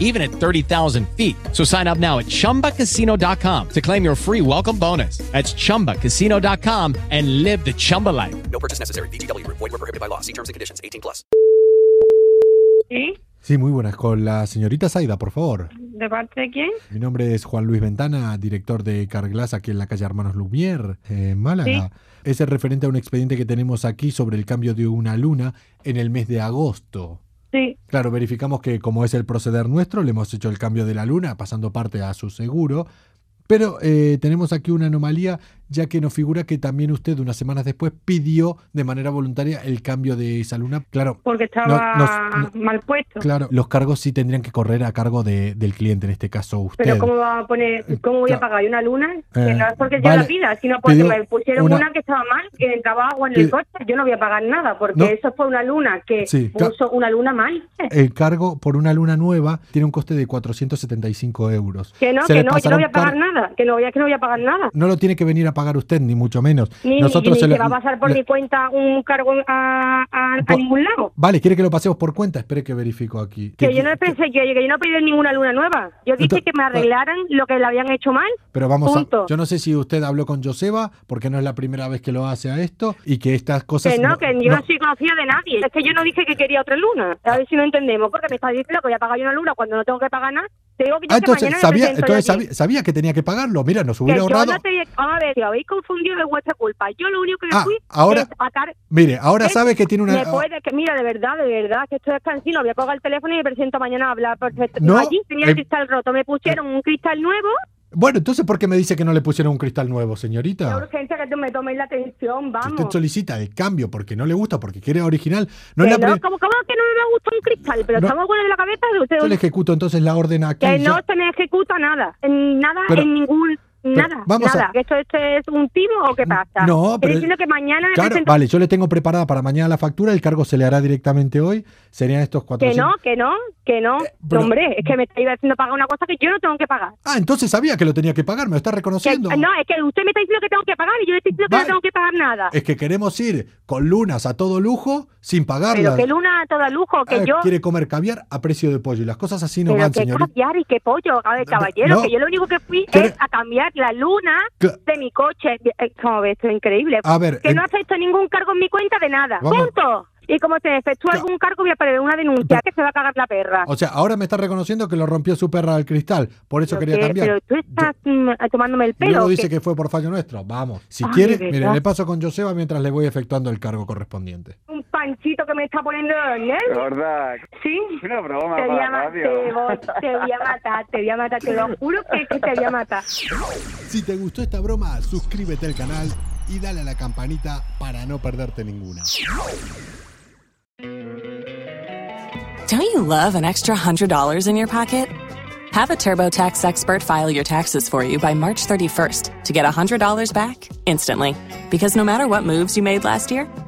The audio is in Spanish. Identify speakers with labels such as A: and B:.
A: even at 30,000 feet. So sign up now at ChumbaCasino.com to claim your free welcome bonus. That's ChumbaCasino.com and live the Chumba life.
B: No purchase necessary. BGW. Void where prohibited by law. See terms and conditions. 18 plus.
C: ¿Sí?
D: Sí, muy buenas. Con la señorita Zaida, por favor.
C: ¿De parte de quién?
D: Mi nombre es Juan Luis Ventana, director de Carglass aquí en la calle Hermanos Lumière, en Málaga. Es el referente a un expediente que tenemos aquí sobre el cambio de una luna en el mes de agosto.
C: Sí,
D: Claro, verificamos que como es el proceder nuestro, le hemos hecho el cambio de la luna, pasando parte a su seguro. Pero eh, tenemos aquí una anomalía, ya que nos figura que también usted unas semanas después pidió de manera voluntaria el cambio de esa luna. Claro,
C: porque estaba
D: no, no.
C: mal puesto.
D: Claro, los cargos sí tendrían que correr a cargo de- del cliente, en este caso usted.
C: Pero ¿cómo va a poner, cómo voy
D: Claro.
C: a pagar yo una luna? Que
D: Eh,
C: no es porque yo
D: vale.
C: la pida, sino porque
D: Pidió
C: me pusieron
D: una-
C: una... que estaba mal, que entraba agua en
D: Pi-
C: el coche. Yo no voy a pagar nada, porque
D: No.
C: eso fue una luna que
D: Sí, claro.
C: puso una luna mal.
D: El cargo por una luna nueva tiene un coste de 475 euros.
C: Que no,
D: Se
C: que
D: le
C: no, yo no
D: pasará
C: voy a
D: un car-
C: pagar nada. Que no, voy a- que no voy a pagar nada.
D: No lo tiene que venir a pagar usted, ni mucho menos.
C: Ni,
D: Nosotros
C: ni
D: se
C: se
D: lo-
C: va a pasar por
D: le-
C: mi
D: Pues,
C: cuenta un cargo a, a, a
D: Por-
C: ningún lado.
D: Vale, ¿quiere que lo pasemos por cuenta? Espere que verifico aquí.
C: Que
D: ¿Qué-
C: yo no
D: qué-
C: pensé, que, que yo no pedí ninguna luna nueva. Yo dije
D: Entonces,
C: que me arreglaran lo que le habían hecho mal.
D: Pero vamos a...
C: punto.
D: Yo no sé si usted habló con Joseba, porque no es la primera vez que lo hace a esto, y que estas cosas...
C: Que no, que yo no,
D: no-
C: soy conocida de nadie. Es que yo no dije que quería otra luna. A ver si no entendemos, porque me estás diciendo que voy a pagar yo una luna cuando no tengo que pagar nada. Te digo que yo que
D: Ah, entonces,
C: mañana me
D: sabía,
C: presento yo
D: entonces
C: aquí.
D: sabía, sabía que tenía que pagarlo. Mira, nos
C: Que
D: hubiera
C: yo
D: ahorrado...
C: no te- Vamos a ver, si habéis confundido de vuestra culpa. Yo lo único que
D: Ah,
C: fui
D: ahora-
C: es a car-
D: Mire, ahora
C: ¿Ves?
D: sabe que tiene una...
C: Me puede que, mira, de verdad, de verdad, que estoy cansino. Voy a coger el teléfono y me presento mañana a hablar perfecto.
D: No,
C: Allí tenía
D: eh,
C: el cristal roto. Me pusieron un cristal nuevo.
D: Bueno, entonces, ¿por qué me dice que no le pusieron un cristal nuevo,
C: La
D: señorita?
C: urgencia que tú me tomes la atención,
D: Si
C: vamos.
D: usted solicita el cambio porque no le gusta, porque quiere original, no
C: Que
D: es la
C: no,
D: primera...
C: ¿cómo, cómo que no me gusta un cristal? Pero
D: No.
C: estamos buenos de la cabeza de
D: Yo le
C: ustedes.
D: ejecuto entonces la orden aquí.
C: Que
D: ya.
C: no se me ejecuta nada. En nada,
D: Pero-
C: en ningún.
D: pero
C: Nada,
D: vamos a-
C: nada. ¿Que ¿Esto, esto es un timo o qué pasa?
D: No,
C: Estoy
D: pero-
C: diciendo que mañana me
D: Claro,
C: presento-
D: vale, yo le tengo preparada para mañana la factura, el cargo se le hará directamente hoy, serían estos
C: Que
D: 400.
C: no, que no, que no.
D: Eh, pero-
C: Hombre, es que me estáis haciendo pagar una cosa que yo no tengo que pagar.
D: Ah, entonces sabía que lo tenía que pagar, me lo está
C: Que-
D: reconociendo.
C: no, es que usted me está diciendo que tengo que pagar y yo le estoy diciendo
D: Vale.
C: que no tengo que pagar nada.
D: Es que queremos ir con lunas a todo lujo sin pagarlas.
C: Pero que luna a todo lujo, que
D: Ah,
C: yo...
D: Quiere comer caviar a precio de pollo y las cosas así no
C: Pero
D: van,
C: que
D: señorita.
C: cambiar y qué pollo. A ver,
D: No,
C: caballero,
D: no.
C: que yo lo único que fui
D: Pero-
C: es a cambiar la luna
D: Cla-
C: de mi coche. Eh, Como ves, esto es increíble.
D: A ver,
C: que
D: eh,
C: no acepto ningún cargo en mi cuenta de nada.
D: Vamos.
C: Punto. Y como se efectúa
D: Cla-
C: algún cargo, voy a poner una denuncia
D: Pero- Oh,
C: que se va a cagar la perra.
D: O sea, ahora me está reconociendo que lo rompió su perra al cristal, por eso
C: Pero
D: quería
C: que-
D: cambiar.
C: Pero tú estás mm, tomándome el
D: Y luego
C: pelo.
D: dice
C: que-
D: que fue por fallo nuestro. Vamos, si
C: Ay,
D: quiere,
C: de
D: mire,
C: verdad.
D: le paso con Joseba mientras le voy efectuando el cargo correspondiente.
C: Un panchito que me está poniendo los nervios.
E: Gorda,
C: Sí.
E: una broma
C: Te voy,
E: para
C: a,
E: la
C: ma-
E: radio.
C: te voy- te voy a matar, te voy a matar, te lo juro que, que te voy a matar.
D: Si te gustó esta broma, suscríbete al canal y dale a la campanita para no perderte ninguna.
F: Don't you love an extra $100 in your pocket? Have a TurboTax expert file your taxes for you by March 31st to get $100 back instantly. Because no matter what moves you made last year,